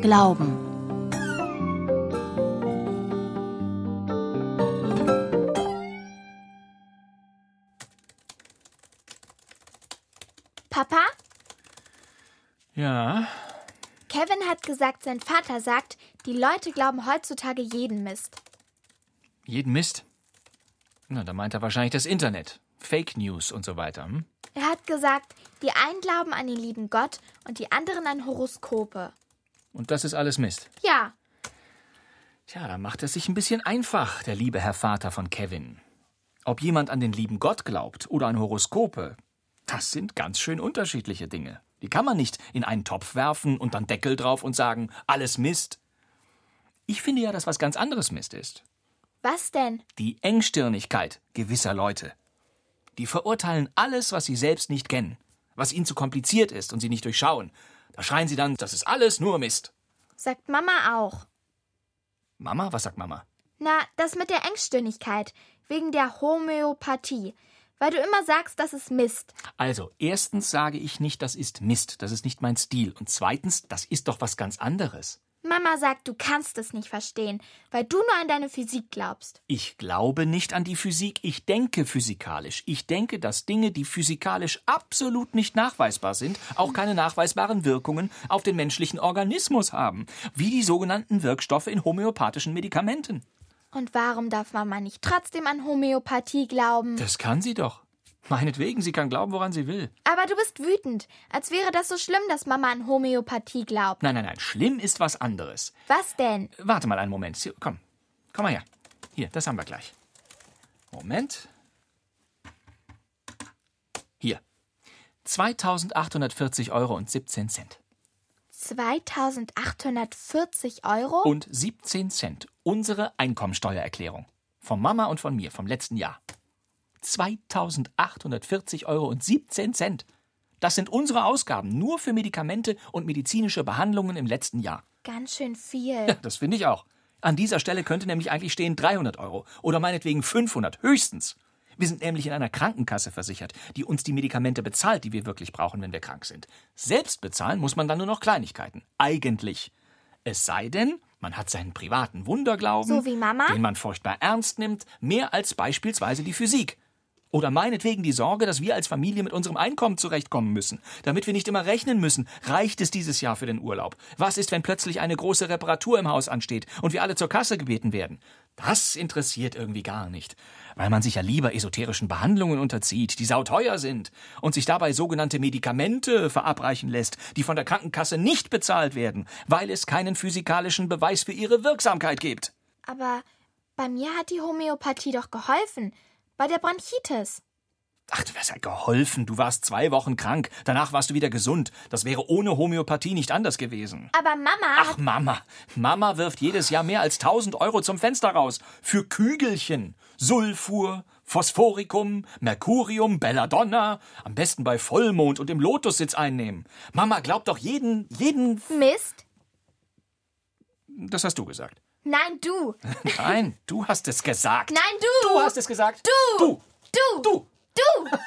Glauben. Papa, Ja, Kevin hat gesagt, sein Vater sagt, die Leute glauben heutzutage jeden Mist. jeden Mist. Na, da meint er wahrscheinlich das Internet. Fake News und so weiter. Hm? Er hat gesagt, die einen glauben an den lieben Gott und die anderen an Horoskope. Und das ist alles Mist. Ja, Tja, da macht es sich ein bisschen einfach, der liebe Herr Vater von Kevin. Ob jemand an den lieben Gott glaubt oder an Horoskope, das sind ganz schön unterschiedliche Dinge. Die kann man nicht in einen Topf werfen und dann Deckel drauf und sagen, alles Mist. Ich finde ja, dass was ganz anderes Mist ist. was denn? Die Engstirnigkeit gewisser Leute. Die verurteilen alles, was sie selbst nicht kennen, was ihnen zu kompliziert ist und sie nicht durchschauen. Da schreien sie dann, das ist alles nur Mist. Sagt Mama auch. Mama, was sagt Mama? Na, das mit der Engstirnigkeit, wegen der Homöopathie. Weil du immer sagst, das ist Mist. Also, erstens sage ich nicht, das ist Mist, das ist nicht mein Stil. Und zweitens, das ist doch was ganz anderes. Mama sagt, du kannst es nicht verstehen, weil du nur an deine Physik glaubst. Ich glaube nicht an die Physik, ich denke physikalisch. Ich denke, dass Dinge, die physikalisch absolut nicht nachweisbar sind, auch keine nachweisbaren Wirkungen auf den menschlichen Organismus haben, wie die sogenannten Wirkstoffe in homöopathischen Medikamenten. Und warum darf Mama nicht trotzdem an Homöopathie glauben? Das kann sie doch. Meinetwegen, sie kann glauben, woran sie will. Aber du bist wütend, als wäre das so schlimm, dass Mama an Homöopathie glaubt. Nein, nein, nein, schlimm ist was anderes. Was denn? Warte mal einen Moment. Hier, Komm. Komm mal her. Hier, das haben wir gleich. Moment. Hier. 2840 Euro und 17 Cent. 2840 Euro? Und 17 Cent. Unsere Einkommensteuererklärung. Von Mama und von mir vom letzten Jahr. 2840 Euro und 17 Cent. Das sind unsere Ausgaben nur für Medikamente und medizinische Behandlungen im letzten Jahr. Ganz schön viel. Das finde ich auch. An dieser Stelle könnte nämlich eigentlich stehen 300 Euro oder meinetwegen 500 höchstens. Wir sind nämlich in einer Krankenkasse versichert, die uns die Medikamente bezahlt, die wir wirklich brauchen, wenn wir krank sind. Selbst bezahlen muss man dann nur noch Kleinigkeiten. Eigentlich. Es sei denn, man hat seinen privaten Wunderglauben, So wie Mama? den man furchtbar ernst nimmt, mehr als beispielsweise die Physik. Oder meinetwegen die Sorge, dass wir als Familie mit unserem Einkommen zurechtkommen müssen, damit wir nicht immer rechnen müssen, reicht es dieses Jahr für den Urlaub? Was ist, wenn plötzlich eine große Reparatur im Haus ansteht und wir alle zur Kasse gebeten werden? Das interessiert irgendwie gar nicht, weil man sich ja lieber esoterischen Behandlungen unterzieht, die sauteuer sind, und sich dabei sogenannte Medikamente verabreichen lässt, die von der Krankenkasse nicht bezahlt werden, weil es keinen physikalischen Beweis für ihre Wirksamkeit gibt. Aber bei mir hat die Homöopathie doch geholfen. Bei der Bronchitis. Ach, du wärst ja geholfen. Du warst zwei Wochen krank. Danach warst du wieder gesund. Das wäre ohne Homöopathie nicht anders gewesen. Aber Mama Ach, hat. Mama. Mama wirft jedes Jahr mehr als 1000 Euro zum Fenster raus. Für Kügelchen. Sulfur, Phosphoricum, Mercurium, Belladonna. Am besten bei Vollmond und im Lotussitz einnehmen. Mama glaubt doch jeden, jeden. Mist? Das hast du gesagt. Nein, du. Nein, du hast es gesagt. Nein, du. Du hast es gesagt. Du. Du. Du. Du. Du.